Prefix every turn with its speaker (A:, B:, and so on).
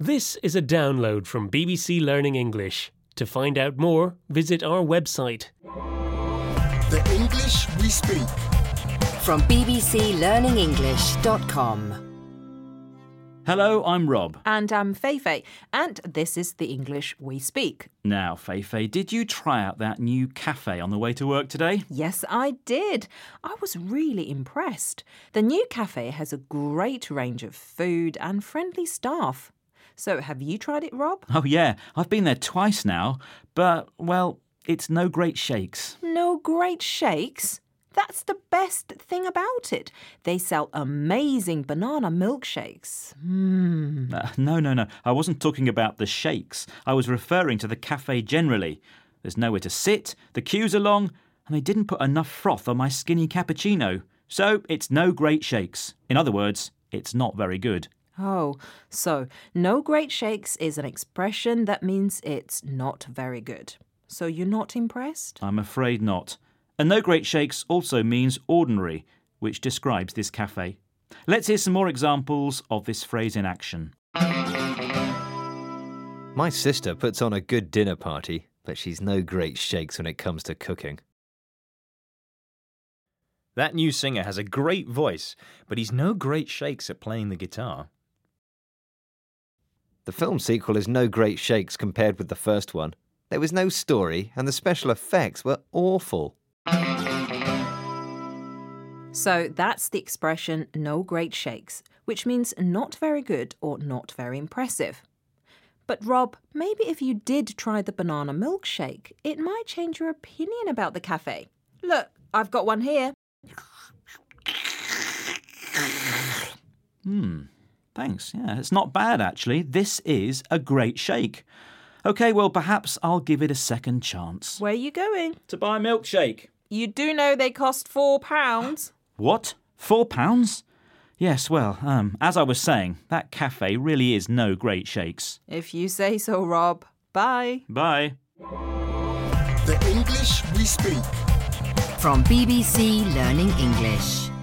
A: This is a download from BBC Learning English. To find out more, visit our website.
B: The English we speak.
C: from bbclearningenglish.com.
D: Hello, I'm Rob.
E: And I'm Feifei, and this is the English we speak.
D: Now, Feifei, did you try out that new cafe on the way to work today?
E: Yes, I did. I was really impressed. The new cafe has a great range of food and friendly staff. So, have you tried it, Rob?
D: Oh, yeah, I've been there twice now, but, well, it's no great shakes.
E: No great shakes. That's the best thing about it. They sell amazing banana milkshakes. Mmm.
D: Uh, no, no, no, I wasn't talking about the shakes. I was referring to the cafe generally. There's nowhere to sit, the queues are long, and they didn't put enough froth on my skinny cappuccino. So, it's no great shakes. In other words, it's not very good.
E: Oh, so no great shakes is an expression that means it's not very good. So, you're not impressed?
D: I'm afraid not. And no great shakes also means ordinary, which describes this cafe. Let's hear some more examples of this phrase in action.
F: My sister puts on a good dinner party, but she's no great shakes when it comes to cooking.
G: That new singer has a great voice, but he's no great shakes at playing the guitar.
F: The film sequel is no great shakes compared with the first one. There was no story, and the special effects were awful.
E: So that's the expression no great shakes, which means not very good or not very impressive. But Rob, maybe if you did try the banana milkshake, it might change your opinion about the cafe. Look, I've got one here.
D: Hmm, thanks. Yeah, it's not bad actually. This is a great shake. Okay, well, perhaps I'll give it a second chance.
E: Where are you going?
D: To buy a milkshake.
E: You do know they cost four pounds.
D: What? Four pounds? Yes, well, um, as I was saying, that cafe really is no great shakes.
E: If you say so, Rob. Bye.
D: Bye.
B: The English we speak.
C: From BBC Learning English.